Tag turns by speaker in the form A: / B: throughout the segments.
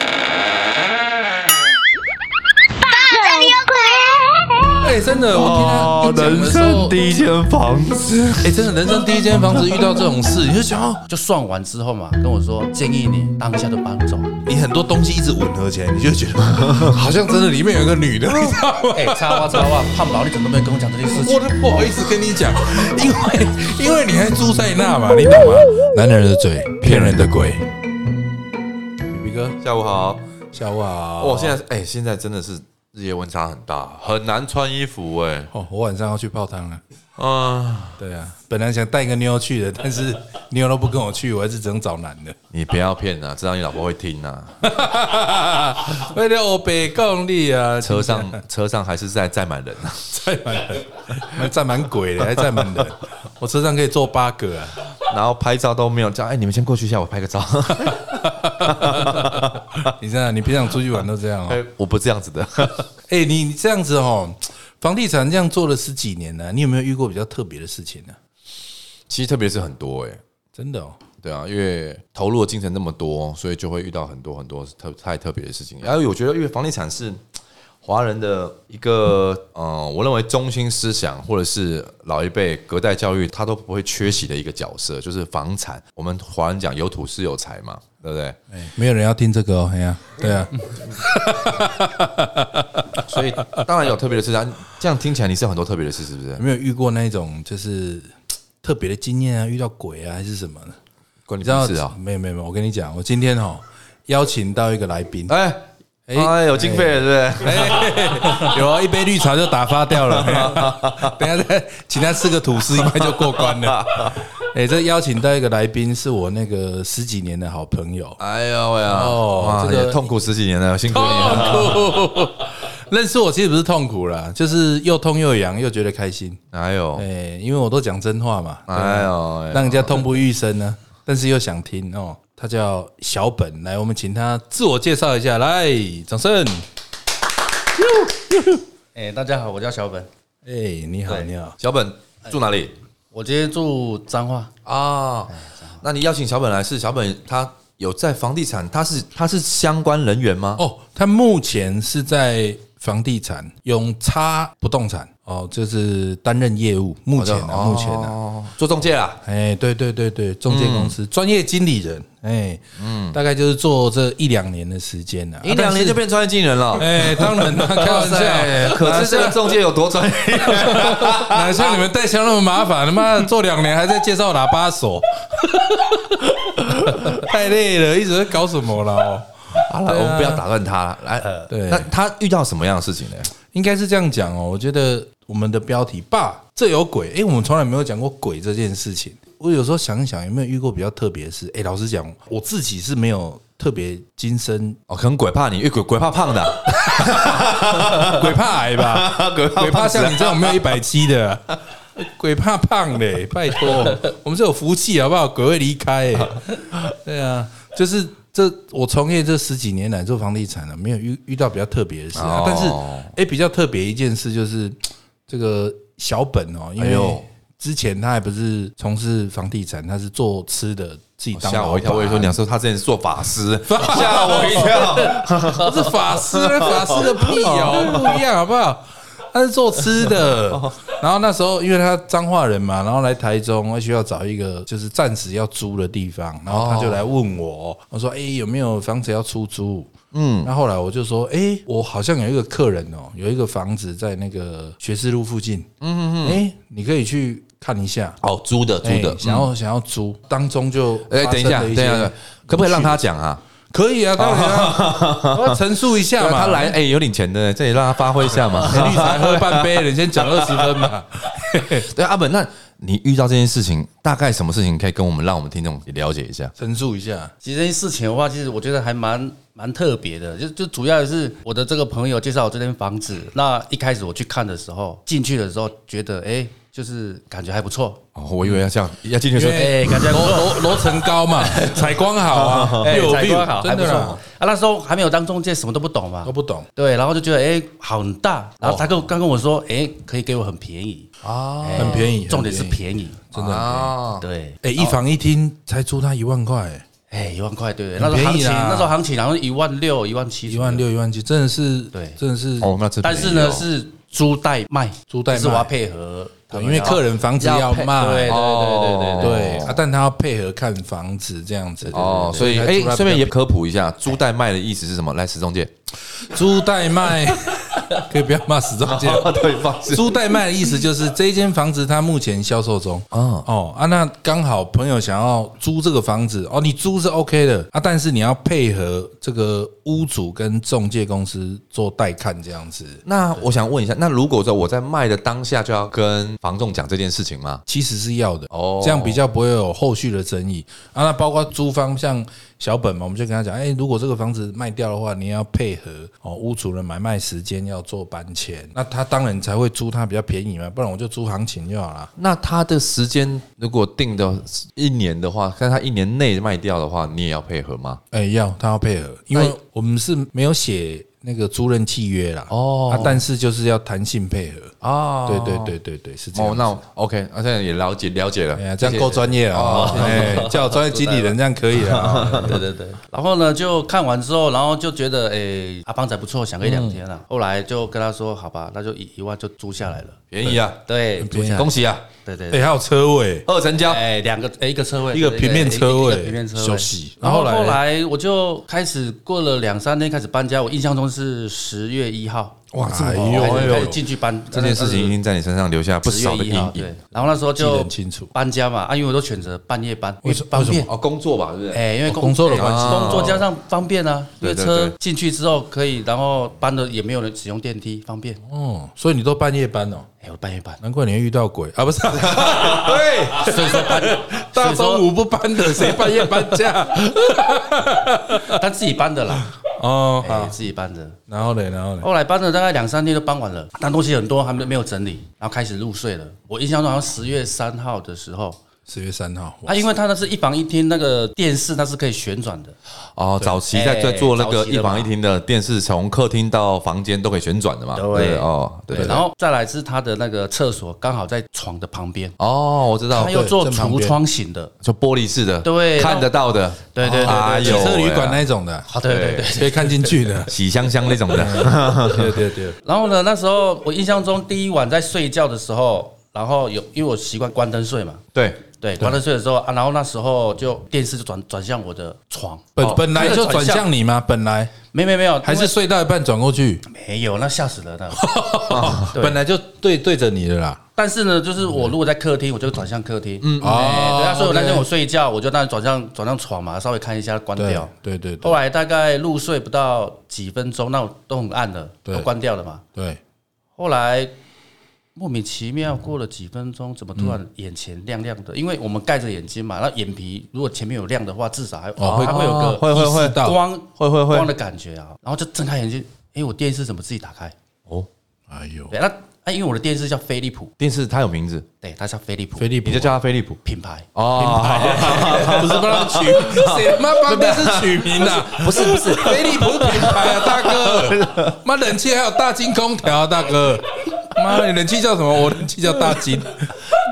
A: 哎的，我听他一讲
B: 人
A: 的时候
B: 生，第一间房子，
A: 哎、真的，人生第一间房子遇到这种事，你就想，哦就算完之后嘛，跟我说建议你当下就搬走，你很多东西一直吻合起来，你就觉得 好像真的里面有一个女的，你知道吗？
C: 哎，插话插话，胖宝，你怎么没有跟我讲这件事情
A: 我？都不好意思跟你讲，因为因为你还住在那嘛，你懂吗？男人的嘴，骗人的鬼。比比哥，
B: 下午好。啊
A: 下午好。
B: 哇，现在哎、现在真的是日夜温差很大，很难穿衣服哎、
A: 哦，我晚上要去泡汤了。
B: 啊，
A: 对啊，本来想带个妞去的，但是妞都不跟我去，我还是只能找男的。
B: 你不要骗啊，这样你老婆会听啊。
A: 为了我北共力 啊，
B: 车上车上还是在载满人啊，
A: 载满人，那载满鬼的，还载满人。我车上可以坐八个啊。
B: 然后拍照都没有叫，哎、你们先过去一下，我拍个照。
A: 你这样，你平常出去玩都这样哦。
B: 哎 我不这样子的，
A: 哎、你你这样子哦，房地产这样做了十几年了、你有没有遇过比较特别的事情呢、
B: 其实特别是很多哎、
A: 真的哦，
B: 对啊，因为投入的精神那么多，所以就会遇到很多很多特太特别的事情。然后我觉得，因为房地产是嗯华人的一个，呃，我认为中心思想或者是老一辈隔代教育，他都不会缺席的一个角色，就是房产。我们华人讲有土是有财嘛，对不 对？
A: 哎没有人要听这个哦。哎呀，对啊，
B: 所以当然有特别的事情。这样听起来你是有很多特别的事，是不是
A: 有？没有遇过那种就是嘖特别的经验啊？遇到鬼啊，还是什么的？
B: 关你
A: 你知道
B: 屁事啊！
A: 没有没有没有，我跟你讲，我今天哦邀请到一个来宾，
B: 哎哎，有经费了，对不 对？
A: 有啊，一杯绿茶就打发掉 了。哎呀等一下再请他吃个吐司，应该就过关了。 哎，这邀请到一个来宾是我那个十几年的好朋 友，
B: 哎呦喂啊！
A: 哦
B: 哇
A: 这个
B: 也痛苦十几年了，辛苦你了。
A: 痛苦。认识我其实不是痛苦啦，就是又痛又痒，又觉得开心。
B: 哎呦
A: 哎、，因为我都讲真话嘛，
B: 哎呦，哎呦
A: 让人家痛不欲生呢、但是又想听哦。他叫小本，来，我们请他自我介绍一下，来，掌声。
C: 哎，大家好，我叫小本，
A: 哎、你好，你好。
B: 小本住哪里
C: 我今天住彰化，
B: 啊？那你邀请小本来是小本他有在房地产，他是他是相关人员吗？
A: 哦，他目前是在房地产永差不动产哦，就是担任业务，目前啊，目前啊。
B: 哦，嗯做中介啦。
A: 哎，对对对对，中介公司专、业经理人，哎，嗯，大概就是做这一两年的时间了、啊，
B: 一两年就变专业经理人了，
A: 哎，当然 啦，开玩笑，
B: 可是这个中介有多专业？
A: 哪像你们带枪那么麻烦？他妈的做两年还在介绍喇叭手， 太累了，一直在搞什么啦？哦，
B: 好了，我们不要打断他了。来，
A: 对
B: 那他遇到什么样的事情呢？
A: 应该是这样讲哦。我觉得我们的标题“爸，这有鬼”，哎，我们从来没有讲过鬼这件事情。我有时候想一想，有没有遇过比较特别的事？哎，老实讲，我自己是没有特别今生
B: 哦，可能鬼怕你，因为鬼鬼怕胖的啊，
A: 鬼怕矮吧？
B: 鬼 怕
A: 鬼怕
B: 胖子啊
A: 像你这种没有一百七的 啊、鬼怕胖的、拜托，我们是有福气好不好？鬼会离开、欸，对啊，就是这我从业这十几年来做房地产啊了、没有遇遇到比较特别的事啊
B: 哦。
A: 但是，哎、比较特别一件事就是这个小本哦，因
B: 哎
A: 为
B: 呦
A: 之前他还不是从事房地产，他是做吃的，自己当
B: 吓我一跳！
A: 老板啊
B: 我以为说你要说他之前是做法师， 吓我一 跳。
A: 不是法师，那法师个屁哦，不一样好不好？他是做吃的，然后那时候因为他彰化人嘛，然后来台中需要找一个就是暂时要租的地方，然后他就来问我，我说：“哎、有没有房子要出租？”嗯，那后来我就说：“哎、我好像有一个客人哦，有一个房子在那个学士路附近，嗯嗯嗯，哎、你可以去看一下，
B: 哦，租的租
A: 哎
B: 的，嗯
A: 想要想要租，当中就
B: 哎，等一
A: 发
B: 下，
A: 生了
B: 等一
A: 些
B: 下，可不可以让他讲啊？
A: 可以啊，当然啊，我要陈述一下
B: 对
A: 嘛，
B: 啊他来哎、有领钱的，这里让他发挥一下嘛。
A: 绿茶喝半杯，你先讲二十分嘛。
B: 对，阿本，那你遇到这件事情，大概什么事情可以跟我们让我们听众也了解一下？
A: 陈述一下，
C: 其实这件事情的话，其实我觉得还蛮蛮特别的，就就主要是我的这个朋友介绍我这间房子，那一开始我去看的时候，进去的时候觉得哎、就是感觉还不错，
B: 哦，我以为要这样，要进去
A: 因
B: 说，
A: 为
C: 哎感觉
A: 楼 楼楼层高 嘛，采光好啊，
C: 哎、
A: 又有
C: 采
A: view，
C: 光好，还
A: 真
C: 不
A: 的
C: 错
A: 啦
C: 啊。那时候还没有当中介，什么都不懂嘛
A: 都，不懂
C: 对，然后就觉得哎、好很大，然
A: 哦
C: 后他跟我刚跟我说，哎、可以给我很便宜，
B: 啊
C: 哎
A: 很便宜
C: 重点是
A: 很
C: 便宜，
A: 真的
B: 啊，
C: 对，
A: 哎，一房一厅才租他一万块，
C: 哎、一万块，对对，
A: 很
C: 那时候行
A: 便宜
C: 情，
A: 啦
C: 那时候行情好像一万六、一万七，
A: 一万。六一万七，真的是，
C: 对
A: 真的是，
B: 哦，那这
C: 但是呢，
B: 便宜哦
C: 是租代卖，
A: 租代卖
C: 就是我要配合他
A: 对
C: 们，
A: 因为客人房子要
C: 配
A: 卖，
C: 对对对对对对，
A: 对啊，但他要配合看房子这样子
B: 哦，所以哎，顺
A: 这
B: 便
A: 边
B: 也科普一下，租代卖的意思是什么？来，史中介，
A: 租代 卖，可以不要骂始终介。
B: 对方 是
A: 租代卖的意思就是这一间房子它目前销售中哦哦啊，那刚好朋友想要租这个房子哦，你租是 OK 的啊，但是你要配合这个屋主跟中介公司做代看这样子。
B: 那我想问一下，那如果说我在卖的当下就要跟房仲讲这件事情吗？
A: 其实是要的
B: 哦
A: 哦，这样比较不会有后续的争议啊。那包括租方像小本嘛，我们就跟他讲，哎，如果这个房子卖掉的话，你要配合哦屋主的买卖时间要做搬迁，那他当然才会租它比较便宜嘛，不然我就租行情就好了。
B: 那他的时间如果定的一年的话，但他一年内卖掉的话，你也要配合吗？
A: 哎，要他要配合，因
B: 那
A: 为我们是没有写那个租赁契约啦，
B: 哦
A: 哦，啊、但是就是要弹性配合，
B: 啊
A: 对对对对对，是这
B: 哦
A: 样，子。
B: 那我 OK，那现在也了解了解了
A: 哎，呀，这样够专业了啊！哎，叫专业经理人这样可以了啊。
C: 对对对，然后呢，就看完之后，然后就觉得，诶，阿邦仔不错，想个一两天了、后来就跟他说，好吧，那就一一万就租下来了。
B: 便宜啊，
C: 对，
A: 便宜啊
B: 恭喜啊，
C: 对对
A: 哎，还有车位，
B: 二成交。
C: 哎，两个哎一个车位，
A: 一个
C: 对对对
A: 平面车位
C: 一个平面车位
A: 休息
C: 然后
A: 然后
C: 后
A: 后
C: 来我就开始过了两三天开始搬家，我印象中是十月一号，
A: 哇，哎
C: 开
A: 呦哎
C: 始开始
A: 呦，
C: 进去搬
B: 这件事情已经在你身上留下不
C: 十
B: 少
C: 月
B: 的
C: 一
B: 阴
C: 号，
B: 影
C: 对。然后那时候
A: 记
C: 就
A: 得很清楚
C: 搬家嘛，啊，因为我都选择半夜搬，因
A: 为
C: 为
A: 什
C: 方便。
B: 哦，工作吧，对不对？
C: 哎，因为
A: 哦工作的关系
C: 哎工作加上方便啊，因为
B: 对对
C: 车
B: 对
C: 进去之后可以，然后搬的也没有人使用电梯，方便。
A: 哦，所以你都半夜搬哦，
C: 哎，我搬一搬，
A: 难怪你会遇到鬼啊！不是啊，
B: 对，
C: 所以说搬，
A: 大中午不搬的，谁半夜搬家？
C: 但自己搬的啦，
A: 哦，
C: 哎，
A: 好，
C: 自己搬的。
A: 然后嘞，然后嘞，
C: 后来搬了大概两三天就搬完了，但东西很多还没没有整理，然后开始入睡了。我印象中好像十月三号的时候，
A: 十月三号，
C: 啊，因为它那是一房一厅，那个电视它是可以旋转的，
B: 哦，早期在在做那个
C: 哎早期
B: 一
C: 的嘛
B: 房一厅的电视，从客厅到房间都可以旋转的嘛。
C: 对
B: 哦，对
C: 对，
B: 对。
C: 然后再来是它的那个厕所刚好在床的旁边，
B: 哦，我知道
C: 它，又做
A: 正旁
C: 橱
A: 边
C: 窗型的，
B: 就玻璃式的，
C: 对
B: 看得到的，
C: 对对对
B: 哎
A: 汽
B: 呦
A: 车旅馆
B: 喂。
A: 那一种的，
C: 啊，对对对。
A: 可以看进去的
B: 喜香香那种
C: 哎
B: 的，
A: 对对对，
C: 然后呢，那时候我印象中第一晚在睡觉的时候，然后有因为我习惯关灯睡嘛，
B: 对，
C: 对，关灯睡的时候啊，然后那时候就电视就转转向我的床，
A: 本
B: 哦
A: 本来就
B: 这个
A: 转
B: 转向
A: 向你嘛，本来
C: 没没没有，
A: 还
C: 因为
A: 是睡到一半转过去，
C: 没有，那吓死人了。对
A: 本来就对对着你的啦。
C: 但是呢，就是我如果在客厅，我就转向客厅。嗯，
A: 哦
C: 对啊，所以我那天
A: OK
C: 我睡觉，我就当然转向转向床嘛，稍微看一下，关掉。
A: 对对对对
C: 后来大概入睡不到几分钟，那我都很暗了，
A: 对
C: 都关掉了嘛。
A: 对，
C: 后来莫名其妙过了几分钟，怎么突然眼前亮亮的？因为我们盖着眼睛嘛，那眼皮如果前面有亮的话，至少还
A: 哦会
C: 它会有
B: 哦
C: 个
B: 会会会
A: 意识到
C: 光
B: 会会
C: 光
B: 会，
C: 的感觉啊。然后就睁开眼睛，哎，我电视怎么自己打开？
B: 哦，
A: 哎呦，
C: 对，那啊因为我的电视叫飞利浦，
B: 电视它有名字，
C: 对，它叫飞利浦
A: 飞利浦
B: 你就叫它飞利浦
C: 品牌。
B: 哦，
A: 不是帮他们取，谁他妈帮电视取名啊？不是不是，飞利浦是品牌啊，大哥，妈冷气还有大金空调、啊，大哥，妈你冷气叫什么？我冷气叫大金，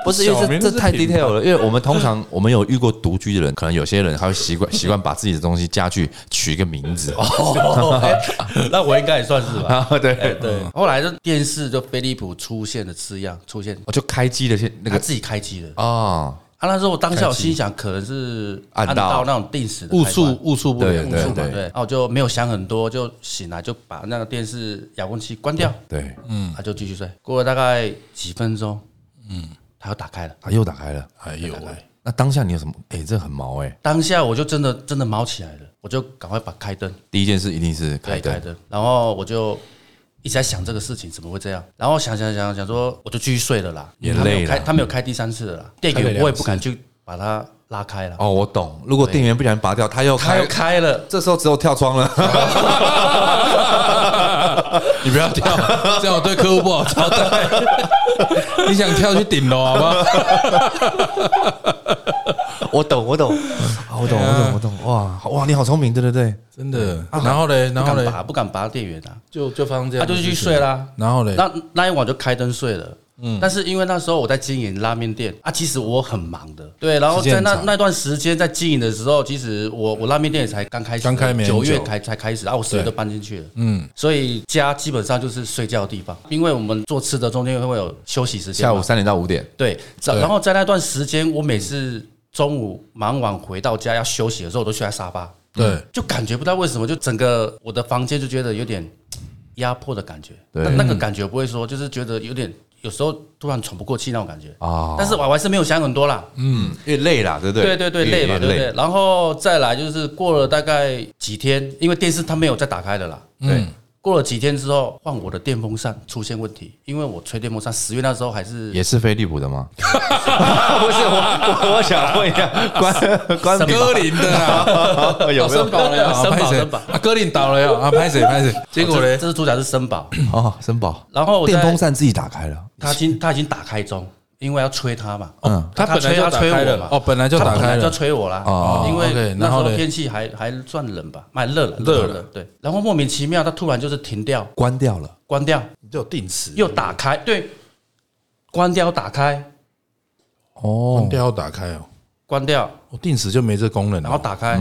B: 不是因
A: 小
B: 为
A: 名
B: 这
A: 字
B: 这太
A: 品牌
B: detail 了，因为我们通常我们有遇过独居的人，可能有些人还会习惯习 惯把自己的东西家具取一个名字，哦
C: 那我应该也算是吧。
B: 啊，对
C: 哦哎，对，后来就电视就飞利浦出现的字样出现，
B: 哦我就开机的些那
C: 他
B: 个
C: 自己开机的。
B: 哦，
C: 啊，那时候我当下我心想，可能是
B: 按
C: 按
B: 到
C: 到那种定时的开
A: 误
C: 关
A: 触误触不了，
B: 对
A: 误触
B: 对
C: 对， 然后我就没有想很多，就醒来就把那个电视遥控器关掉，
B: 对，
C: 嗯，他就继续睡。过了大概几分钟，嗯，他又打开了。
B: 啊，又打开了。
A: 哎呦喂，
B: 那当下你有什么？哎，这很毛哎。
C: 当下我就真的真的毛起来了，我就赶快把开灯
B: 第一件事一定是
C: 开开
B: 开灯，
C: 灯，然后我就一直在想这个事情怎么会这样，然后想想想想说我就继续睡了啦，
B: 也
C: 他没
B: 累
C: 有开
B: 了嗯
C: 他没有开第三次了啦，电
A: 开了
C: 源
A: 两
C: 我也不敢去把它拉开了，
B: 哦，我懂。如果电源不小心拔掉，它又
C: 他
B: 开
C: 又，开了，
B: 这时候只有跳窗了。
A: 你不要跳，这样我对客户不好交代。你想跳去顶楼好不好？
B: 我懂，我懂，啊我懂，我懂，我懂。哇好哇，你好聪明，对对对。
A: 真的。然后嘞，然
C: 不敢
A: 后嘞，
C: 拔不敢拔电源啊，
A: 就就发生这
C: 他
A: 样，
C: 就去睡。啦。
A: 然后嘞，
C: 那那一晚就开灯睡了，嗯，但是因为那时候我在经营拉面店啊，其实我很忙的，对，然后
A: 时间
C: 在那
A: 很长
C: 那段时间在经营的时候，其实我我拉面店也才刚开始，
A: 刚开没很
C: 九月
A: 久
C: 开才开始啊，我十月
A: 对
C: 都搬进去了，
A: 嗯，
C: 所以家基本上就是睡觉的地方，因为我们做吃的中间会有休息时间嘛，
B: 下午三点到五点，
C: 对，早
A: 对
C: 然后在那段时间，我每次中午忙完回到家要休息的时候，我都睡在沙发，
A: 对，
C: 就感觉不到为什么，就整个我的房间就觉得有点压迫的感觉。
B: 对
C: 那那个感觉不会说，就是觉得有点有时候突然喘不过气那种感觉。
B: 啊，
C: 但是我还是没有想很多啦，
B: 嗯，因为累啦，对不对？
C: 对对对，
B: 因为
C: 累嘛，对不对？然后再来就是过了大概几天，因为电视它没有再打开的啦。
B: 对
A: 嗯，
C: 过了几天之后，换我的电风扇出现问题，因为我吹电风扇，十月那时候还是
B: 也是飞利浦的吗？不是，我我我想问一下，关关
C: 什
A: 歌林的啦，
B: 哥有没
A: 生
B: 有？
A: 保了啊，
C: 森宝
A: 拍谁
C: 森宝？
A: 啊，歌林倒了呀，啊，拍谁拍谁？啊结果
C: 这
A: 嘞，
C: 这是主角是森宝，
B: 哦，森宝，
C: 然后我在
B: 电风扇自己打开了，
C: 它已经它已经打开中，因为要吹它嘛。哦
B: 嗯，
A: 他本来
C: 吹
A: 就
C: 他
A: 打
C: 吹
A: 开
C: 我
A: 了
C: 嘛，，
A: 哦，本来就
C: 他
A: 打
C: 本
A: 开
C: 来就
A: 了，
C: 吹我啦，
B: 哦
C: 因为
A: OK，
C: 那时
A: 然后
C: 候
A: 嘞
C: 天气还还算冷吧，蛮热了，
A: 热了
C: 了，对。然后莫名其妙，它突然就是停掉、
B: 关掉了，
C: 关掉、
A: 你就有定时
C: 又打开，对，关掉、打开、
B: 哦
A: 关，掉又打开哦，
C: 关掉，
A: 我定时哦就没这功能
C: 然后
A: 了，
C: 打开，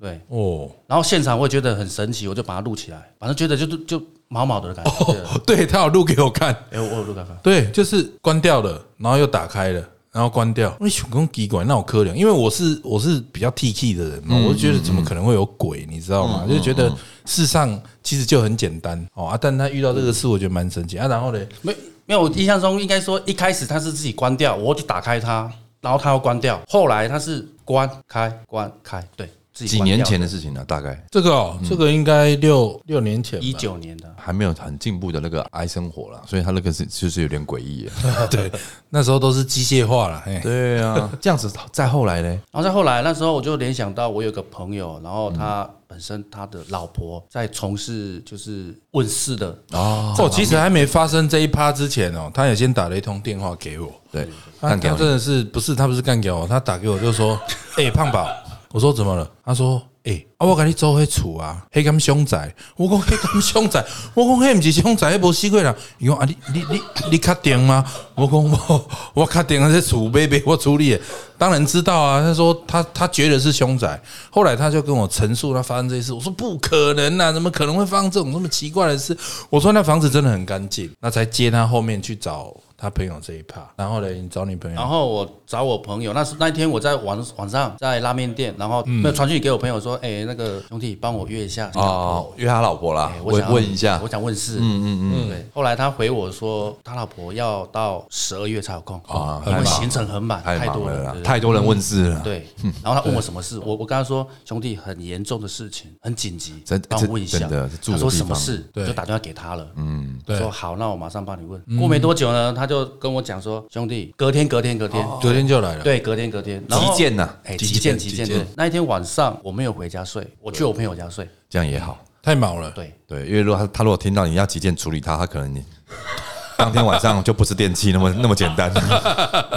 C: 对。
A: 哦，
C: 然后现场我也觉得很神奇，我就把它录起来，反正觉得就就就毛毛的感觉。对
A: 哦对他有录给我看，
C: 哎，我有录看看，
A: 对，就是关掉了，然后又打开了，然后关掉。我想讲奇怪，那我可怜，因为我是我是比较 T K 的人嘛，我就觉得怎么可能会有鬼，你知道吗？就觉得事实上其实就很简单哦啊，但他遇到这个事，我觉得蛮神奇啊。然后呢，
C: 没没有，我印象中应该说一开始它是自己关掉，我去打开它，然后它又关掉，后来它是关开关开，对，自己
B: 几
C: 关掉
B: 年前的事情了，啊大概
A: 这个哦，这个应该六六年前吧，
C: 一九年的，
B: 还没有很进步的那个爱生活了，所以他那个是就是有点诡异 耶。
A: 对，那时候都是机械化了，嘿，
B: 对啊，这样子再后来呢？
C: 然后再后来那时候我就联想到我有个朋友，然后他
B: 嗯
C: 本身他的老婆在从事就是问世的，
B: 嗯
A: 哦，其实还没发生这一趴之前哦，他也先打了一通电话给我，
B: 对，
A: 他
B: 干
A: 他
B: 掉
A: 真
B: 你
A: 的是不是他不是干掉我，他打给我就说：“ 哎、胖宝，我说怎么了？”他说：“哎、啊，我跟你做黑处啊，黑干凶宅。”我讲黑干凶宅， 我讲黑不是凶宅，那无死过人。伊讲啊，你你你你确定吗？我讲 我我确定啊，这厝买买我处理的。当然知道啊，他说他他觉得是凶宅，后来他就跟我陈述他发生这些事，我说不可能啊，怎么可能会发生这种这么奇怪的事？我说那房子真的很干净，那才接他后面去找他朋友这一趴，然后嘞，你找你朋友，
C: 然后我找我朋友，那是那一天我在晚晚上在拉面店，然后
B: 嗯
C: 没有传讯给我朋友说，哎，那个兄弟帮我约一下
B: 啊，约他老婆啦
C: 哎，我
B: 问
C: 想
B: 问一下
C: 我，想问事，嗯嗯嗯，对。后来他回我说，他老婆要到十二月才有空
B: 啊
C: 因
B: 太
C: 为
B: 忙
C: 行程很满，
B: 太
C: 太
B: 忙
C: 多
B: 了
C: 了
B: 啦，，太多人问世了。
C: 对。对然后他问我什么事，我我跟他说，兄弟，很严重的事情，很紧急
B: 真，
C: 帮我问一下。
B: 真的是
C: 他
B: 住的
C: 说
B: 地
C: 什么
B: 方
C: 事，
A: 对
C: 我就打电话给他了。嗯，
A: 对
C: 说好，那我马上帮你
B: 嗯
C: 问。过没多久呢，他就跟我讲说，兄弟，隔天，隔天，隔天，
A: 昨天就来了，
C: 对，隔天，隔天，然
B: 哦急
C: 后
B: 件呐
C: 哎，
A: 急
C: 急件，
A: 件
C: 急
A: 急
C: 件。
A: 件
C: 对那一天晚上我没有回家睡，我去我朋友家 睡。
B: 这样也好。
A: 太毛了，
C: 对，
B: 对，因为如果他他如果听到你要急件处理他，他可能你 当天晚上就不是电器那么那么简 单。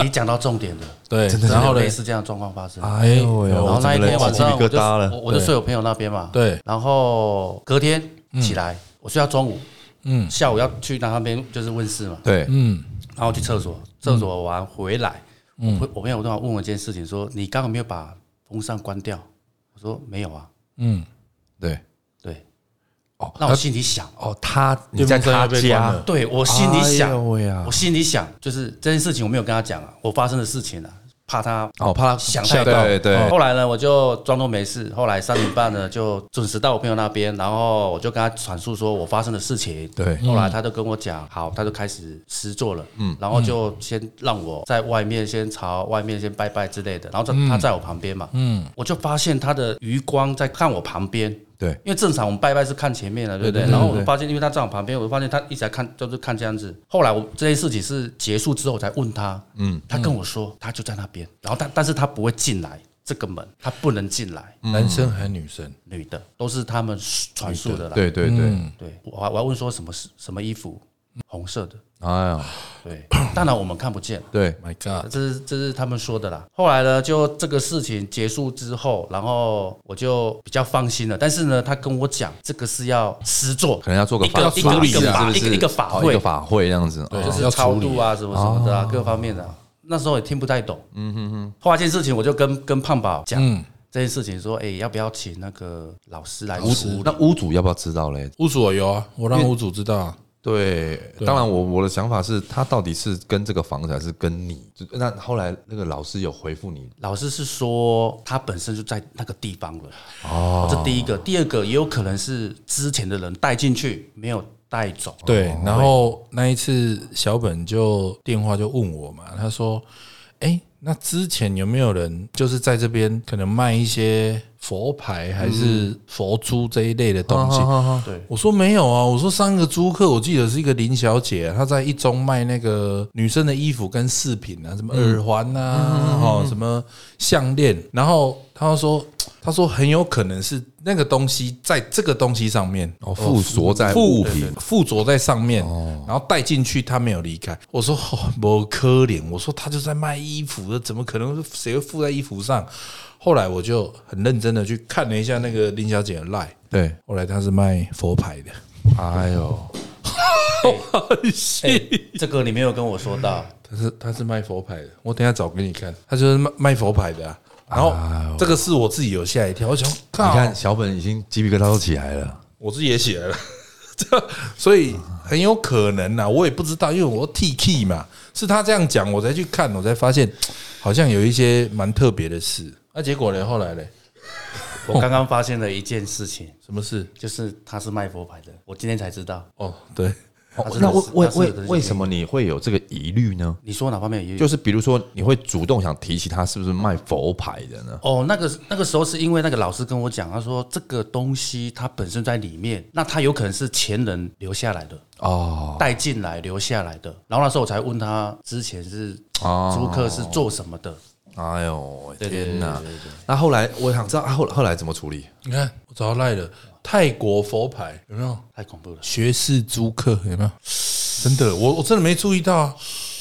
C: 你讲到重点了。
A: 对，
B: 真的
A: 然后
C: 类
A: 嘞，
C: 似这样的状况发生。
A: 哎呦
C: 然
A: 呦
C: 后那一天晚上
B: 我
C: 我
B: 鸡皮
C: 就
B: 疙瘩了
C: 我我就睡我朋友那边嘛，
A: 对
C: 然后隔天
B: 嗯
C: 起来，我睡到中午，嗯，下午要去那边就是问事嘛，
B: 对，
A: 嗯，
C: 然后去厕所，厕所完回来，
B: 嗯
C: 我朋我朋友突然问我一件事情，说你刚刚有没有把风扇关掉？我说没有啊，
A: 嗯，
B: 对，
C: 对，
B: 哦
C: 那我心里想，
B: 哦，他你
A: 电
B: 在
A: 风扇
B: 他
A: 要被关
B: 家
A: 了，
C: 对我心里想
B: 哎，呦喂啊
C: 我心里想，就是这件事情我没有跟他讲啊，我发生的事情啊，怕他
B: 哦，怕他
C: 想太
A: 多
B: 对对
A: 哦，
C: 后来呢，我就装作没事。后来三点半呢，就准时到我朋友那边，然后我就跟他阐述说我发生的事情。
B: 对
C: 后来他就跟我讲，好，他就开始施作了。嗯，然后就先让我在外面先朝外面先拜拜之类的，然后他他在我旁边嘛，嗯，我就发现他的余光在看我旁边。
B: 对，
C: 因为正常我们拜拜是看前面的，对不对？然后我就发现，因为他站我旁边，我就发现他一直在看，就是看这样子。后来我这件事情是结束之后，我才问他，嗯，他跟我说他就在那边，然后但但是他不会进来这个门，他不能进来，
A: 男生还是女生，
C: 女的都是他们传述的啦。
B: 对对对，
C: 嗯
A: 嗯
C: 对，我还我还问说什么事什么衣服，红色的。
B: 哎呀，
C: 对， 当然我们看不见，
B: 对，
A: My God，
C: 这是这是他们说的啦。后来呢，就这个事情结束之后，然后我就比较放心了。但是呢，他跟我讲，这个是要施做，
B: 可能要做个
C: 一
B: 法
C: 个
A: 处理
C: 一个
A: 一下
C: 法
B: 是
C: 一
B: 不
C: 个
B: 是
C: 一个法
B: 哦
C: 会
B: 一个，法会这样子，
A: 对
B: 哦
C: 就是
A: 要
C: 超
A: 处理
C: 度啊，什么什么的啊，各方面的啊。那时候也听不太懂，嗯哼哼。后来这件事情，我就跟跟胖宝讲
A: 嗯
C: 这件事情，说，哎，要不要请那个老师来
B: 屋
C: 辅
B: 主那屋主要不要知道嘞？
A: 屋主我有啊，我让屋主知道啊。
B: 对，当
C: 啊
B: 然我我的想法是，他到底是跟这个房子还是跟你？就那后来那个老师有回复你
C: 老师是说他本身就在那个地方了，哦，这第一个，第二个也有可能是之前的人带进去没有带走，
A: 对，然后那一次小本就电话就问我嘛，他说：“哎、那之前有没有人就是在这边可能卖一些佛牌还是佛珠这一类的东西？”
C: 对，
A: 我说没有啊，我说上个租客，我记得是一个林小姐、啊她在一中卖那个女生的衣服跟饰品啊，什么耳环啊，哦，什么项链，然后她说，她说很有可能是那个东西在这个东西上面
B: 哦，附着在
A: 附
B: 物品，哦
A: 附着在上面，然后带进去，他没有离开。我说 哦，不可怜，我说他就在卖衣服的，怎么可能谁会附在衣服上？后来我就很认真的去看了一下那个林小姐的赖，
B: 对，
A: 后来她是卖佛牌的，
B: 哎呦，
C: 哎这个你没有跟我说 到，
A: 她是她是卖佛牌的，我等一下找给你看，她就是卖卖佛牌的、啊。然后这个是我自己有吓一跳，我想
B: 你
A: 靠，
B: 看小本已经鸡皮疙瘩都起来了。
A: 我自己也写了， 这所以很有可能呐、我也不知道，因为我 T K 嘛，是他这样讲，我才去看，我才发现好像有一些蛮特别的事。那、啊结果呢？后来呢？
C: 我刚刚发现了一件事情，
A: 什么事？
C: 就是他是卖佛牌的，我今天才知道。
A: 哦，对，
B: 哦
C: 他真的
B: 那为
C: 是
B: 为
C: 他是有
B: 为
C: 这些
B: 为什么你会有这个疑虑呢？
C: 你说哪方面有？
B: 就是比如说，你会主动想提起他是不是卖佛牌的呢？
C: 哦，那个那个时候是因为那个老师跟我讲，他说这个东西它本身在里面，那它有可能是前人留下来的，
B: 哦，
C: 带进来留下来的。然后那时候我才问他之前是
B: 哦
C: 租客是做什么的，
B: 哎呦，
C: 对对
B: 天哪
C: 对对！
B: 那后来我想知道，啊后后来怎么处理？
A: 你看我找到赖了，泰国佛牌有没有？
C: 太恐怖了。
A: 学士租客有没有？真的，我我真的没注意到啊。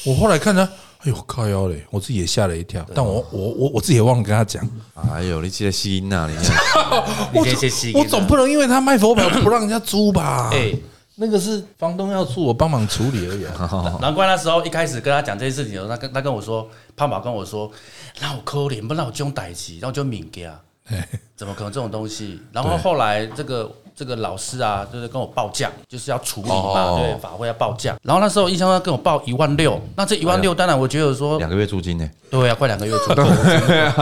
A: 我后来看他，哎呦靠腰嘞，我自己也吓了一跳，但我我我我自己也忘了跟他讲。
B: 哎呦，你这个吸音呐，你 这
C: 你
A: 我
C: 这些
A: 总
C: 吸引
A: 我
C: 啊
A: 总不能因为他卖佛牌不让人家租吧？
C: 哎
A: 那个是房东要住，我帮忙处理而已、啊。
B: 哦
C: 难难怪那时候一开始跟他讲这件事情的时候，他跟他跟我说，胖宝跟我说，那我可怜，不然我就逮起，然后就敏 给啊，怎么可能这种东西？然后后来这个这个老师啊，就是跟我报价，就是要处理嘛，
B: 哦
C: 对，法会要报价。然后那时候印象他跟我报一万六，那这一万六，当然我觉得说，
B: 哎两个月租金呢？
C: 对啊，快两个月 左右，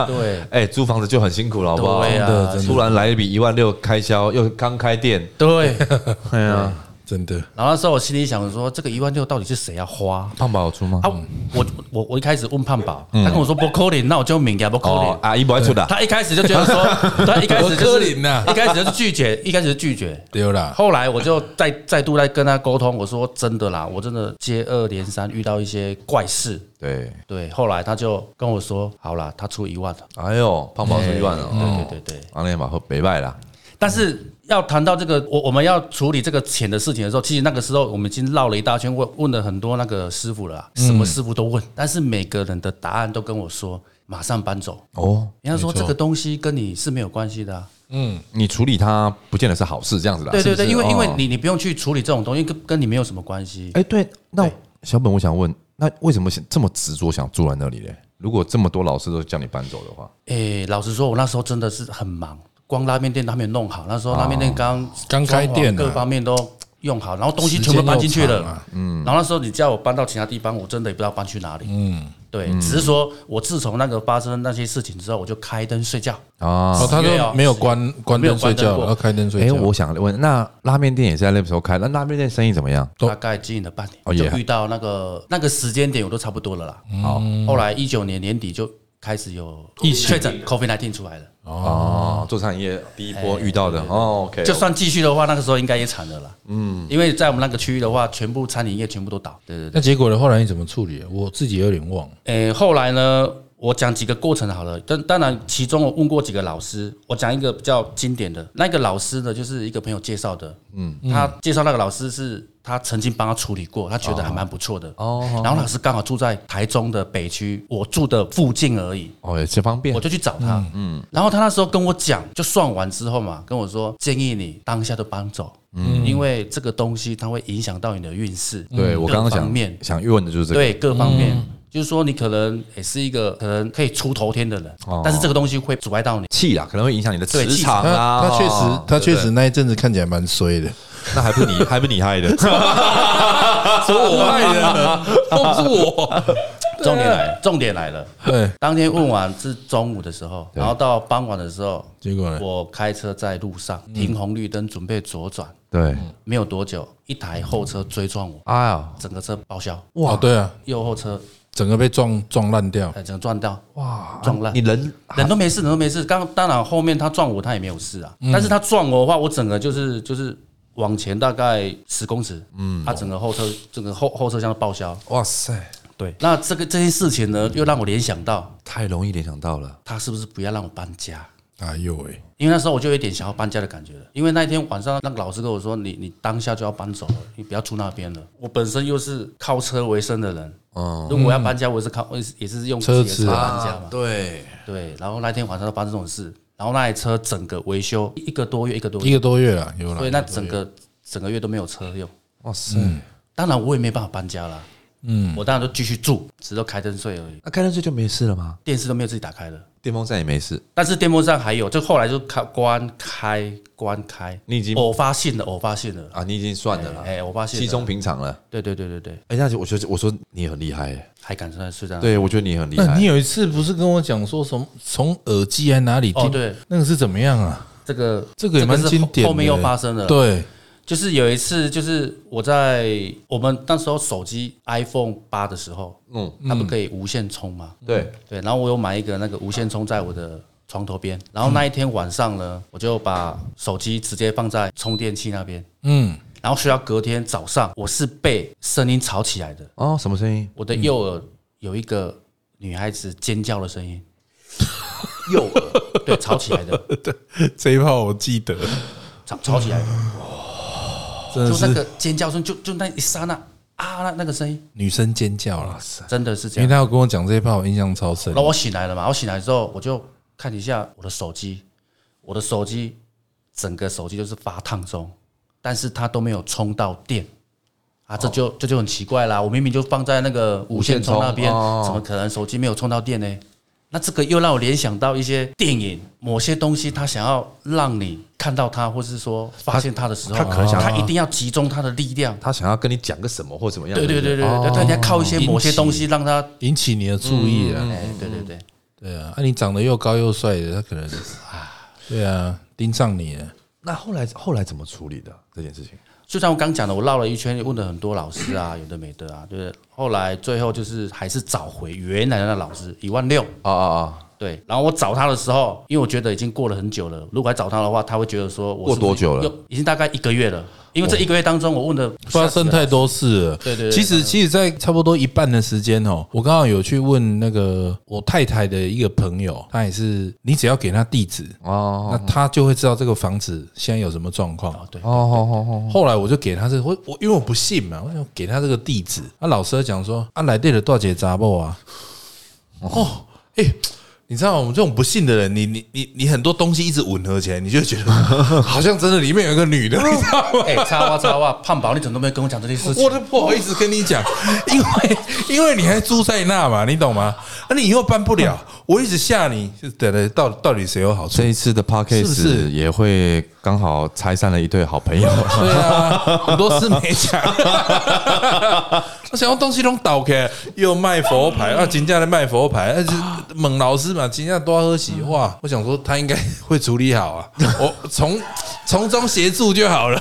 C: 对。
B: 哎，租房子就很辛苦了，好不好？
C: 对啊，
B: 突然来一笔一万六开销，又刚开店，
C: 对，
B: 哎呀，
A: 真的，
C: 然后那时候我心里想说，这个一万六到底是谁要花
B: 胖宝有出吗
C: 啊？？我我我一开始问胖宝，他跟我说不扣零，那我就敏感不扣零
B: 嗯哦，。阿姨不爱出的啊，
C: 他一开始就觉得 说，他一开始
A: 我柯
C: 就是
A: 林呐
C: 一开始就是拒绝，一开始就拒绝。
A: 对啦，
C: 后来我就再再度来跟他沟通，我说真的啦，我真的接二连三遇到一些怪事。
B: 对，
C: 对，后来他就跟我说，好啦，他出一万了。
B: 哎呦，胖宝出一万
C: 对
B: 了，哦
C: 对对对，
B: 阿内马和北拜啦，
C: 但是要谈到这个，我我们要处理这个钱的事情的时候，其实那个时候我们已经绕了一大圈，问问了很多那个师傅了啦，
B: 嗯
C: 什么师傅都问，但是每个人的答案都跟我说马上搬走。
B: 哦，
C: 人家说
A: 没错
C: 这个东西跟你是没有关系的、啊。
B: 你处理它不见得是好事，这样子的。
C: 对对对，
B: 是不是
C: 因为因为
B: 哦
C: 你你不用去处理这种东西，跟跟你没有什么关系。
B: 哎，对，那
C: 对
B: 小本，我想问，那为什么想这么执着想住在那里嘞？如果这么多老师都叫你搬走的话，
C: 哎，老实说，我那时候真的是很忙，光拉面店都还没有弄好，那时候拉面店刚
A: 哦刚开店啊
C: 各方面都用好，然后东西全部搬进去
A: 时间又
C: 了
A: 长啊。
C: 嗯，然后那时候你叫我搬到其他地方，我真的也不知道搬去哪里。嗯，对，只是说我自从那个发生那些事情之后，我就开灯睡觉。
B: 啊，
A: 哦，他
C: 十月哦
A: 都没有关关
C: 没有
A: 灯睡
C: 关灯
A: 觉，
C: 过
A: 要开灯睡
B: 哎，
A: 觉。
B: 我想问，那拉面店也是在那时候开，那拉面店生意怎么样？
A: 都
C: 大概经营了半
B: 哦
C: 年，
B: 也
C: 就遇到那个那个时间点，我都差不多了啦。好，后来一九年年底就开始有
A: 哦疫情
C: 确诊 COVID 1 9出来了。
B: 哦，做餐饮业第一
C: 哎
B: 波遇到的哦，OK，
C: 就算继续的话，那个时候应该也惨了啦。嗯，因为在我们那个区域的话，全部餐饮业全部都倒。对对对。
A: 啊那结果呢？后来你怎么处理？我自己有点忘了。
C: 诶、后来呢，我讲几个过程好了，但当然其中我问过几个老师，我讲一个比较经典的，那个老师呢就是一个朋友介绍的，嗯，他介绍那个老师是他曾经帮他处理过，他觉得还蛮不错的，哦，然后老师刚好住在台中的北区，我住的附近而已，
B: 哦，也挺方便
C: 我。就去找他，嗯，然后他那时候跟我讲，就算完之后嘛，跟我说建议你当下就搬走，嗯，因为这个东西它会影响到你的运势，
B: 对我刚刚
C: 各方面嗯
B: 想想问的就是这个，
C: 对各方面。就是说，你可能也是一个可能可以出头天的人，但是这个东西会阻碍到你。
B: 气啊啦，可能会影响你的
C: 对
B: 磁
C: 气
B: 场
C: 场
B: 啊。
A: 他他确实
B: 哦，
A: 他确实那一阵子看起来蛮衰的，
B: 那还不 你还不你害的，
A: 说我害 的，都是我。
C: 重点来了，重点来了。
A: 对，
C: 当天问完是中午的时候，然后到傍晚的时候，
A: 结果呢？
C: 我开车在路上停红绿灯，准备左转，
B: 对，
C: 没有多久，一台后车追撞我，
B: 哎呀，
C: 整个车报销，
A: 哇，对啊，
C: 右后车
A: 整个被撞撞烂掉，
C: 哎，整个撞到，哇，撞烂
B: 你。人啊
C: 人都没事，人都没事。刚当然后面他撞我，他也没有事啊。但是他撞我的话，我整个就是就是往前大概十公尺，嗯，他整个后车整个后后车厢都报销。
B: 哇塞，
C: 对，那这个这件事情呢，又让我联想到
B: 太容易联想到了。
C: 他是不是不要让我搬家？
A: 哎呦喂，
C: 因为那时候我就有点想要搬家的感觉了，因为那一天晚上那个老师跟我说，你你当下就要搬走了，你不要住那边了。我本身又是靠车为生的人，
B: 嗯，
C: 如果我要搬家，我也是靠我也是也是用自己的
A: 车子
C: 车搬家嘛
B: 啊，。对，
C: 对，然后那天晚上就发生这种事，然后那台车整个维修一个多月，一个多
A: 一
C: 月，
A: 个多月了，有了。
C: 所以那整个整个月都没有车用。
B: 哇塞，
C: 当然我也没办法搬家啦，嗯，我当然就继续住，只都开灯睡而已，
B: 那开灯睡就没事了吗？
C: 电视都没有自己打开了。
B: 电风扇也没事，
C: 但是电风扇还有，就后来就开关开关开，
B: 你已经
C: 偶发性的偶发性的，
B: 啊，你已经算了啦，
C: 哎，偶发性
B: 稀
C: 的，
B: 松平常了。
C: 对对对对对，
B: 哎，那就我觉得我说你很厉害耶，
C: 还敢睡睡在那？
B: 对我觉得你很厉
A: 那你
B: 害。
A: 有一次不是跟我讲说什么从耳机还哪里
C: 哦
A: 听？
C: 对，
A: 那个是怎么样啊？
C: 这个
A: 这个也蛮
C: 是
A: 经
C: 后
A: 典的
C: 后面又发生了，
A: 对，
C: 就是有一次，就是我在我们那时候手机 iPhone 八的时候，
B: 嗯
C: 嗯，它不可以无线充吗？
B: 对，
C: 对，然后我有买一个那个无线充在我的床头边，然后那一天晚上呢，我就把手机直接放在充电器那边，
A: 嗯，
C: 然后睡到隔天早上，我是被声音吵起来的，
B: 哦，什么声音？
C: 我的右耳有一个女孩子尖叫的声音，
B: 右耳，
C: 对，吵起来的，
A: 这一炮我记得，
C: 吵吵起来的，
A: 真
C: 就
A: 的
C: 那
A: 是
C: 个尖叫声，就就那一刹那啊，那那个声音
A: 女生尖叫了，
C: 真的是这样
A: 因为。她有跟我讲这一炮，我印象超深
C: 然。后我醒来了嘛，我醒来之后我就看一下我的手机，我的手机整个手机就是发烫中，但是它都没有充到电啊，这就这就很奇怪啦。我明明就放在那个无线充那边，
B: 无线充哦
C: 怎么可能手机没有充到电呢？那这个又让我联想到一些电影，某些东西它想要让你看到它，或是说发现它的时候，
B: 它可能想
C: 它一定要集中它的力量。
B: 他想要跟你讲个什么或怎么样？
C: 对对
B: 不
C: 对对对，它一定要靠一些某些东西让它，
A: 引起你的注意啊！
C: 哎，对对对。
A: 对啊，那你长得又高又帅的，他可能对啊盯上你了。
B: 那后来后来怎么处理的这件事情？
C: 就像我刚讲的，我绕了一圈，问了很多老师 啊，有的没的啊，对不对？后来最后就是还是找回原来的那老师一万六，
B: 啊啊啊！
C: 对。然后我找他的时候，因为我觉得已经过了很久了，如果还找他的话，他会觉得说我是不
B: 过
C: 是
B: 多久了
C: 又？已经大概一个月了，因为这一个月当中我问的不
A: 发生太多事了。
C: 对对对
A: 其实其实，在差不多一半的时间哦，我刚好有去问那个我太太的一个朋友，他也是，你只要给他地址，
B: 哦
A: 那他就会知道这个房子现在有什么状况。
C: 对
B: 哦哦
A: 后来我就给他这个，我我因为我不信嘛，我想给他这个地址。啊，老师就讲说，啊，来对了多少节杂报啊？哦，哎、你知道我们这种不信的人，你你你你很多东西一直吻合起来，你就觉得 好像真的里面有一个女的，你知道吗？
C: 哎，插话插话，胖宝，你怎么都没跟我讲这件事情
A: 我？都不好意思跟你 讲，因为因为你还住在那嘛，你懂吗？那、你以后搬不 了，我一直吓你，是对对，到到底谁有好处
B: 这？一次的 podcast
A: 是不是
B: 也会刚好拆散了一对好 朋友。
A: 对啊，很多事没讲。 我想要东西都倒开，又卖佛 牌啊，金价的卖佛牌，但是猛老师嘛，金价多喝喜哇。我想说他应该会处理好 啊，我从从中协助就好了。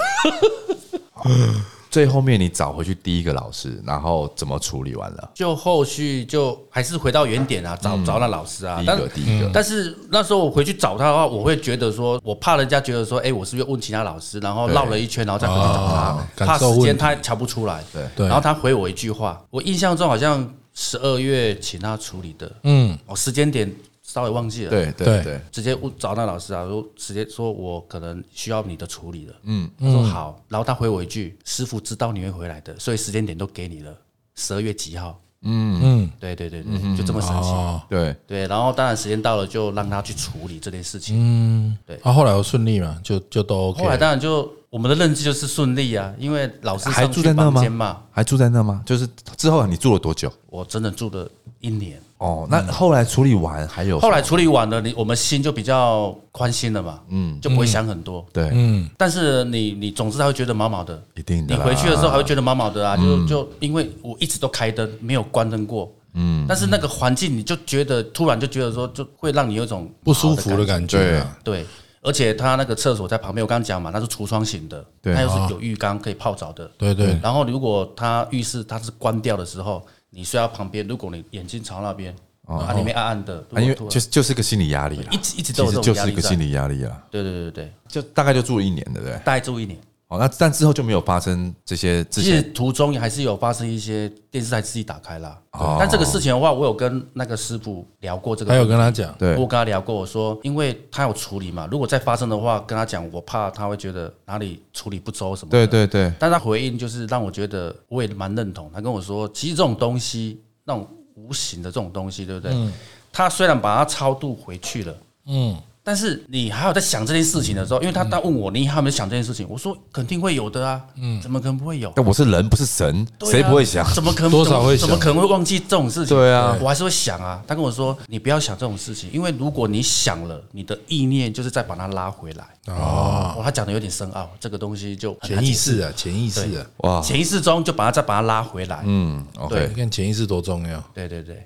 B: 最后面你找回去第一个老师，然后怎么处理完了？
C: 就后续就还是回到原点啊，找找那老师啊
B: 嗯第，一
C: 但
B: 个，第一个，
C: 但是那时候我回去找他的话，我会觉得说，我怕人家觉得说，哎、我是不是问其他老师，然后绕了一圈，然后再回去找他
A: 哦，
C: 怕
A: 感受
C: 时
A: 问
C: 间
A: 题
C: 他瞧不出来。
B: 对
A: 对
C: 然后他回我一句话，我印象中好像十二月请他处理的，
A: 嗯，
C: 哦，时间点稍微忘记了，，
B: 对
A: 对
B: 对对，
C: 直接问找那老师啊，说直接说我可能需要你的处理了，
B: 嗯，
C: 他说好，然后他回我一句，师傅知道你会回来的，所以时间点都给你了，十二月几号，
A: 嗯，
C: 对对对对，就这么神奇，
A: 哦，
B: 对，
C: 对，然后当然时间到了就让他去处理这件事情，
A: 嗯，
C: 对
A: 啊，后来我顺利嘛，就就都 OK
C: 后来
A: 了。
C: 当然就我们的认知就是顺利啊，因为老师
B: 还
C: 上
B: 住
C: 去
B: 在那
C: 房
B: 吗
C: 间嘛，
B: 还住在那吗？就是之后你住了多久？
C: 我真的住了一年。
B: 哦，那后来处理完还有
C: 嗯后来处理完了，你我们心就比较宽心了嘛，嗯，就不会想很多。
B: 对，
A: 嗯，
C: 但是你你总是还会觉得毛毛的，
B: 一定的
C: 你
B: 啦。嗯
C: 回去的时候还会觉得毛毛的啊，就就因为我一直都开灯，没有关灯过，嗯，但是那个环境你就觉得突然就觉得说，就会让你有一种
A: 不舒服的
C: 觉。
A: 感觉啊，
C: 对，而且他那个厕所在旁边，我刚刚讲嘛，它是橱窗型的，
B: 对
C: 它又是有浴缸可以泡澡的，
A: 对对，
C: 然后如果它浴室它是关掉的时候，你睡到旁边，如果你眼睛朝那边，啊，里面暗暗的，如
B: 哦啊，
C: 果
B: 因为
C: 突然
B: 就是就是个心理压力了
C: 一，直一直都有
B: 其实
C: 这
B: 就
C: 种压
B: 是
C: 力
B: 个心
C: 在。
B: 理压力了。
C: 对对对对对，
B: 就大概就住了一年，对不对？
C: 大概住一年。
B: 哦，那但之后就没有发生这些之
C: 其实
B: 前
C: 途中也还是有发生一些电视台自己打开啦。
B: 哦
C: 但这个事情的话，我有跟那个师傅聊过这个
A: 还，有跟他讲，
B: 对
C: 我跟他聊过，我说因为他有处理嘛，如果再发生的话，跟他讲，我怕他会觉得哪里处理不周什么的。
B: 对对对，
C: 但他回应就是让我觉得我也蛮认同。他跟我说，其实这种东西，那种无形的这种东西，对不对？他虽然把它超度回去了，
A: 嗯，
C: 但是你还有在想这件事情的时候，因为他他问我你还有没有想这件事情，我说肯定会有的啊，嗯，怎么可能不会有？
B: 但我是人不是神，
C: 对啊
B: 谁不会想？
C: 怎么可能
A: 多少会想
C: 怎么可能会忘记这种事情？
B: 对啊
C: 我还是会想啊。他跟我说，你不要想这种事情，因为如果你想了，你的意念就是再把它拉回来。
A: 哦，
C: 哦，他讲的有点深奥，这个东西就很
A: 潜
C: 难
A: 意
C: 解释
A: 识啊，潜意识啊，
B: 哇，
C: 潜意识中就把它再把它拉回来。
B: 嗯，OK
A: 你。看潜意识多重要，
C: 对对对，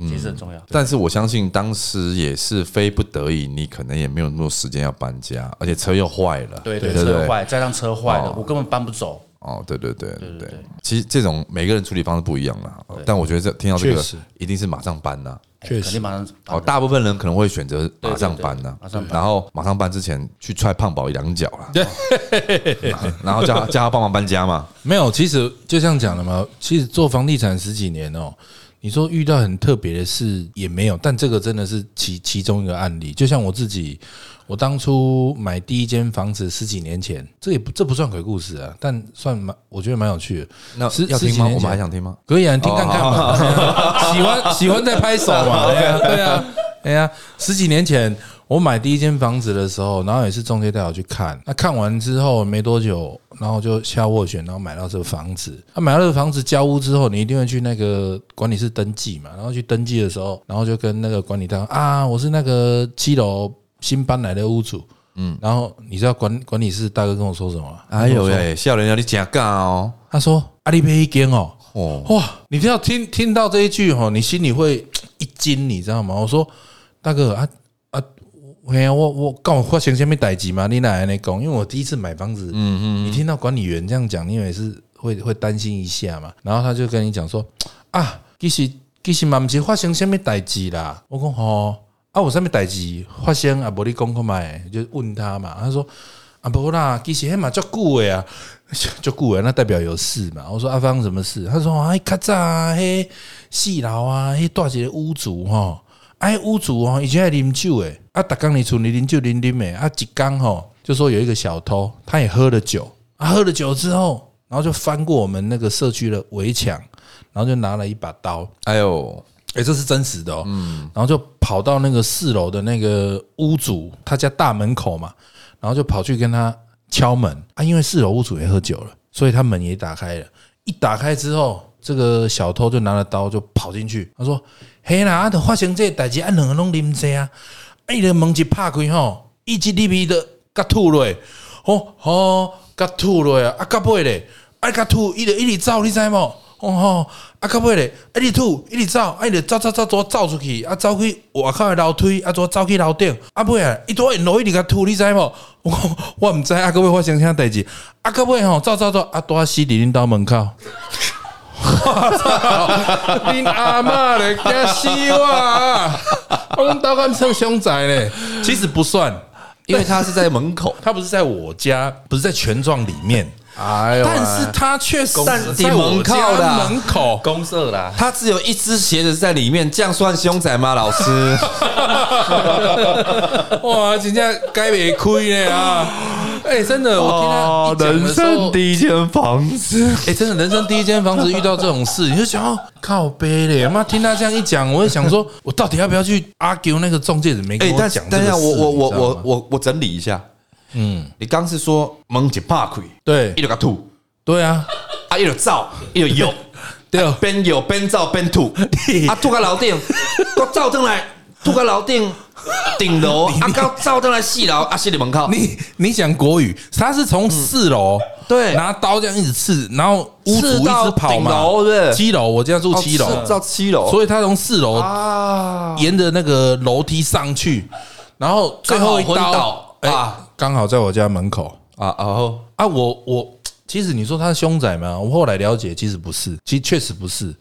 C: 其实很重要。
B: 但是我相信当时也是非不得已，你可能也没有那么多时间要搬家，而且车又坏了，
C: 对
B: 对
C: 对，
B: 对
C: 车
B: 对，
C: 坏，再让车坏了，我根本搬不走。
B: 哦，对对对对
C: 对
B: 对，其实这种每个人处理方式不一样啦，但我觉得这听到这
A: 确
B: 个
A: 实
B: 一定是马上搬呐，
C: 哎
A: 确
C: 肯
A: 实
C: 定马上搬
B: 哦，大部分人可能会选择马
C: 对
B: 上
C: 对对
B: 搬呐
C: 马上，搬
B: 然后马上搬之前去踹胖宝一两脚啦， 然后叫他叫他帮忙搬家嘛，
A: 没有。其实就像讲的嘛，其实做房地产十几年哦，你说遇到很特别的事也没有，但这个真的是其其中一个案例。就像我自己，我当初买第一间房子十几年前，这也不这不算鬼故事啊，但算蛮我觉得蛮有趣的。
B: 那
A: 十
B: 要
A: 十
B: 听
A: 几
B: 吗？
A: 年
B: 我们
A: 前
B: 还想听吗？
A: 可以啊，你听看看
B: 哦
A: 嘛。喜欢喜欢在拍手 嘛？对啊，对啊，哎呀，十几年前我买第一间房子的时候，然后也是中介带我去看。那看完之后没多久，然后就下斡旋，然后买到这个房子。那买到这个房子交屋之后，你一定会去那个管理室登记嘛。然后去登记的时候，然后就跟那个管理单位啊，我是那个七楼新搬来的屋主。嗯，然后你知道管管理室大哥跟我说什么吗？
B: 哎呦喂，笑人家你假尬哦，
A: 他说：“阿里贝一间哦，
B: 哦，
A: 哇！你听到听听到这一句吼，你心里会一惊，你知道吗？我说大哥啊啊，嘿啊，我我告我发生什么代志嘛？你哪来那讲？因为我第一次买房子，嗯嗯，你听到管理员这样讲，你也是会会担心一下嘛。然后他就跟你讲说啊，其实其实嘛，不是发生什么代志啦。我讲吼、啊，有什么代志发生啊？无你讲看卖，就问他嘛。他说啊，无啦，其实迄嘛足久的啊， 足久的，那代表有事嘛。我说啊，发生什么事？他说哎，较早啊，迄四楼啊，迄大一个屋主吼，哎、那屋主哦，以前爱啉酒诶，啊，逐工你厝里啉酒啉啉诶，啊，一工吼就说有一个小偷，他也喝了酒，啊，喝了酒之后，然后就翻过我们那个社区的围墙，然后就拿了一把刀，
B: 哎呦，
A: 哎、这是真实的哦。然后就跑到那个四楼的那个屋主他家大门口嘛，然后就跑去跟他敲门啊，因为四楼屋主也喝酒了，所以他门也打开了。一打开之后，这个小偷就拿了刀就跑进去，他说：“嘿啦，啊，就发生这代志，啊，两个拢啉醉啊，啊，伊的门一拍开吼，一直入去的甲吐落，吼吼甲吐落啊，啊甲尾咧，啊甲吐，伊就一直走，你知无？吼吼，啊甲尾咧，一直吐，一直走，啊伊就走走走走走出去，啊走去外口的楼梯，啊怎走去楼顶，啊尾啊，伊拄因落一直甲吐，你知无？我讲我毋知啊，到尾发生啥代志？啊到尾吼，走走走，啊拄啊死伫恁兜门口。 恁阿嬷咧，惊死我啊！我讲刀干算凶宅咧，其实不算，
B: 因为他是在门口，
A: 他不是在我家，不是在全幢里面，哎呦喂，
D: 但是它却
A: 在
D: 散顶门靠
A: 我
D: 的
A: 家
D: 啊
A: 门口，
C: 公社啦，
D: 它只有一只鞋子在里面，这样算凶宅吗？老 师，
A: 哇，人家该没亏呢啊！哎，真的，我听他一讲的
B: 哦
A: 时候，
D: 第一间房子，
A: 哎，真的，人生第一间房子遇到这种事，你就想要靠背嘞。妈，听他这样一讲，我就想说，我到底要不要去 argue 那个中介怎么没跟
B: 哎，
A: 我
B: 但
A: 讲这
B: 但
A: 个
B: 是
A: 事？
B: 我我我
A: 你知道
B: 我
A: 吗，
B: 我我整理一下，
A: 嗯，
B: 你刚是说蒙一拍开，
A: 对
B: 一直个吐，
A: 对啊，
B: 啊一直走，一直游，
A: 对 哦，
B: 边游边走边 吐，啊吐到楼顶，我走上来，吐到楼顶顶楼， 啊到走上来四楼，啊四楼门口，
A: 你你讲国语，他是从四楼
B: 对
A: 拿刀这样一直刺，然后屋主
B: 刺
A: 一
B: 到
A: 直跑嘛，
B: 顶楼是不是
A: 七楼，我家住
B: 哦
A: 七楼，
B: 是到七楼，
A: 所以他从四楼
B: 啊，
A: 沿着那个楼梯上去，然后最后一
B: 刚好
A: 刀
B: 昏倒，
A: 哎
B: 啊，
A: 刚好在我家门口
B: 啊，然后
A: 啊，我我其实你说他是凶宅吗？我后来了解，其实不是，其实确实不是。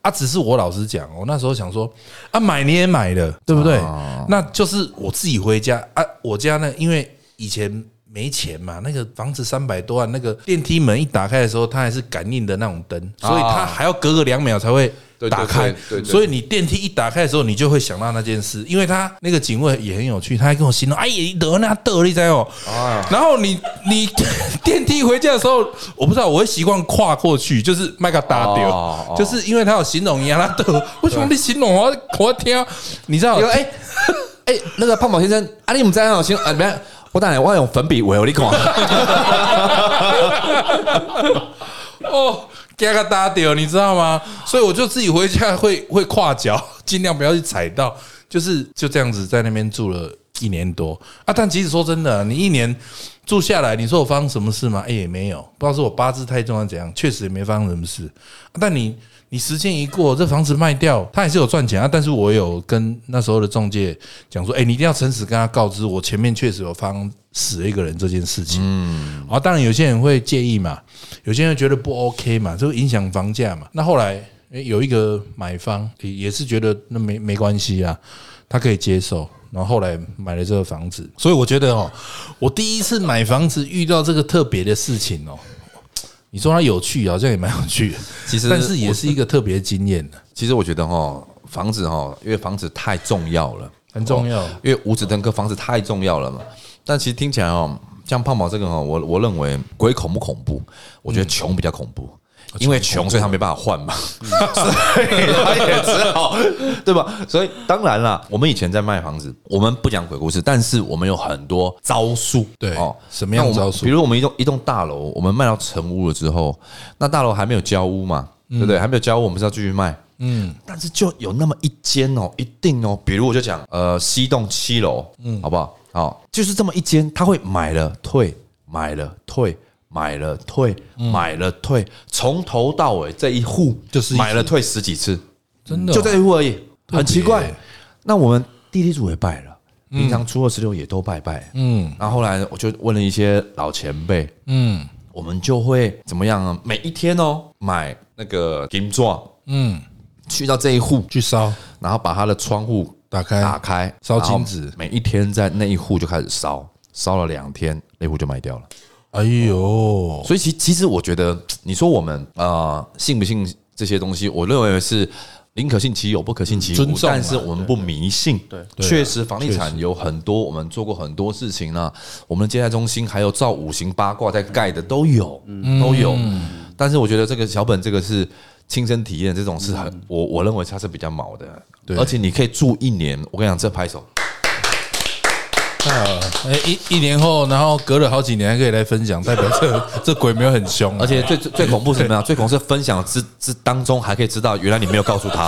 A: 啊，只是我老实讲，我那时候想说，啊，买你也买了，对不对？
B: 啊
A: 那就是我自己回家啊，我家呢，因为以前没钱嘛，那个房子三百多万，那个电梯门一打开的时候，它还是感应的那种灯，所以它还要隔个两秒才会
B: 啊对对
A: 打开
B: 对对。对
A: 所以你电梯一打开的时候，你就会想到那件事，因为他那个警卫也很有趣，他还跟我形容，哎呀，你得那得力在哦。
B: 啊
A: 然后你你电梯回家的时候，我不知道我会习惯跨过去，就是麦克打
B: 哦
A: 丢，
B: 哦
A: 就是因为他有形容一样，他得为什么你形容我我听，你知道
D: 有？哎哎，那个胖宝先生，啊，你们在那行啊？没有，我当然我要用粉笔画，我你看，
A: 哦，给他打丢，你知道吗？所以我就自己回家会会跨脚，尽量不要去踩到，就是就这样子在那边住了一年多啊。但其实说真的，你一年住下来，你说我发生什么事吗？哎、也没有，不知道是我八字太重还是怎样，确实也没发生什么事。啊但你。你时间一过，这房子卖掉，他还是有赚钱啊。但是我有跟那时候的中介讲说，哎、你一定要诚实跟他告知，我前面确实有发生死了一个人这件事情。嗯，啊，当然有些人会介意嘛，有些人觉得不 OK 嘛，就影响房价嘛。那后来诶有一个买方也也是觉得那没没关系啊，他可以接受。然后后来买了这个房子，所以我觉得哦，我第一次买房子遇到这个特别的事情哦，你说它有趣，好像也蛮有趣的，
B: 其实
A: 但是也是一个特别经验啊的，
B: 其实我觉得哈，房子哈，因为房子太重要了，
A: 很重要
B: 哦因为五子登科房子太重要了嘛。但其实听起来哦，像胖宝这个哦，我我认为鬼恐不恐怖？我觉得穷比较恐
A: 嗯
B: 怖。因为穷，所以他没办法换嘛， 所以他也只好，对吧？所以当然啦，我们以前在卖房子，我们不讲鬼故事，但是我们有很多招数，哦
A: 对什么样
B: 那我们
A: 招数
B: 比如我们一栋一栋大楼，我们卖到成屋了之后，那大楼还没有交屋嘛，
A: 嗯
B: 对不对？还没有交屋，我们是要继续卖。嗯，但是就有那么一间哦，一定哦，比如我就讲，呃，西栋七楼，嗯，好不好？好，就是这么一间，他会买了退，买了退，买了退，买了退，从头到尾这一户
A: 嗯就是一直
B: 买了退十几次，
A: 真的哦
B: 就这一户而已，
A: 别
B: 很奇怪。那我们地理组也拜了，
A: 嗯
B: 平常初二十六也都拜拜，嗯。然后后来我就问了一些老前辈，
A: 嗯
B: 我们就会怎么样啊？每一天哦，买那个金钻，
A: 嗯，
B: 去到这一户，
A: 去烧
B: 然后把他的窗户
A: 打开
B: 打开，
A: 烧金纸
B: 然后每一天在那一户就开始烧，烧了两天，那户就卖掉了。
A: 哎呦，
B: 所以其其实我觉得，你说我们啊信不信这些东西，我认为是宁可信其有，不可信其
A: 尊
B: 无。
A: 重啊
B: 但是我们不迷信，
C: 对对
A: 对啊
B: 确实房地产有很多，我们做过很多事情呢、我们接待中心还有造五行八卦在盖的都有，都有。但是我觉得这个小本这个是。亲身体验这种是很我我认为它是比较毛的，
A: 对
B: 而且你可以住一年。我跟你讲，这拍手
A: 太好了！哎，一一年后，然后隔了好几年还可以来分享，代表 这这鬼没有很凶啊，
B: 而且最最最恐怖是 什么呀？最恐怖是分享之之当中还可以知道，原来你没有告诉他。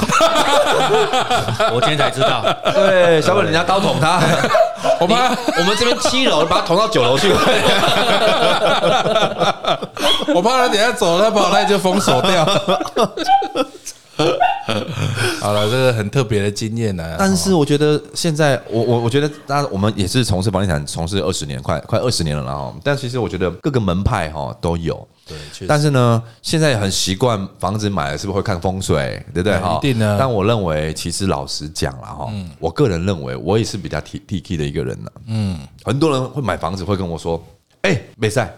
C: 我今天才知道，
B: 对，小本人家刀捅他，
A: 我怕
B: 我们这边七楼把他捅到九楼去。
A: 我怕他等一下走，他把我那就封锁掉。好了，这个很特别的经验啊哦呢。
B: 但是我觉得现在，我我我觉得，当然我们也是从事房地产从事二十年，快快二十年了啦哈。但其实我觉得各个门派哈都有。
A: 对，确实
B: 但是呢，现在很习惯房子买了是不是会看风水，对不对
A: 对
B: 哈？
A: 一定的嗯
B: 但我认为，其实老实讲了哈，我个人认为，我也是比较 T T K 的一个人了。嗯，很多人会买房子会跟我说：“哎，没赛，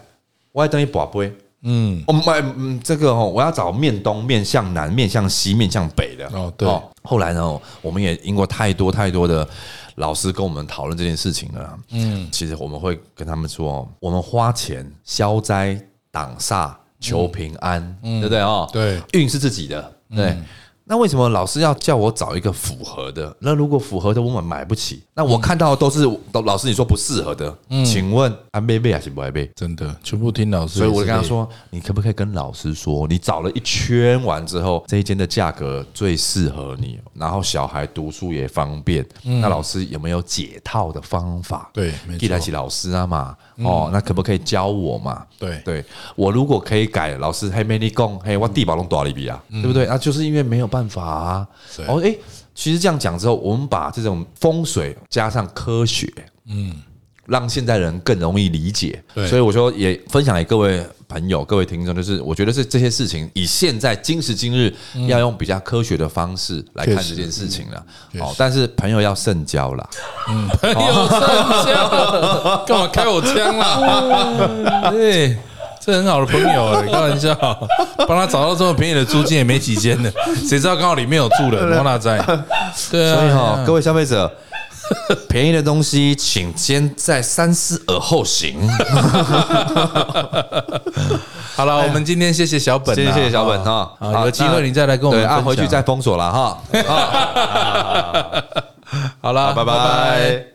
B: 我要等你把杯，
D: 嗯，我们嗯这个哦，我要找面东、面向南、面向西、面向北的
A: 哦对
B: 后来呢，我们也因过太多太多的老师跟我们讨论这件事情了啦。嗯，其实我们会跟他们说，我们花钱消灾挡煞求平安，对不对哦？
A: 对，
B: 运是自己的，对。那为什么老师要叫我找一个符合的？那如果符合的我们买不起，那我看到的都是老师你说不适合的，请问安贝贝还是不安贝？
A: 真的全部听老师。
B: 所以我就跟他，说，你可不可以跟老师说，你找了一圈完之后，这一间的价格最适合你，然后小孩读书也方便。那老师有没有解套的方法？
A: 嗯对没错嗯
B: 寄来起老师啊嘛，哦，那可不可以教我嘛？
A: 对
B: 对我如果可以改，老师嘿没你讲，嘿我地保龙多利比啊，
A: 嗯
B: 对不对？那就是因为没有办法啊。
A: 对
B: 哦，诶，其实这样讲之后，我们把这种风水加上科学，让现代人更容易理解。
A: 嗯对
B: 所以我说也分享给各位朋友、各位听众，就是我觉得是这些事情，以现在今时今日
A: 嗯
B: 要用比较科学的方式来看
A: 确实
B: 这件事情了。
A: 确实
B: 哦，但是朋友要慎交啦。
A: 哎呦，这样干嘛开我枪 啦？对，这很好的朋友欸，开玩笑，帮他找到这么便宜的租金也没几间的，谁知道刚好里面有住人，我哪在？对
B: 所以
A: 啊
B: 哈、，各位消费者， 便宜的东西请先在三思而后 行。
A: 好了，我们今天谢谢小本
B: 谢
A: 啦，
B: 哎谢谢谢小本哈
A: 好，好有机会你再来跟我
B: 对
A: 们
B: 啊，
A: 分
B: 回去
A: 享
B: 再封锁了哈。
A: 好啦，
B: 好，拜拜。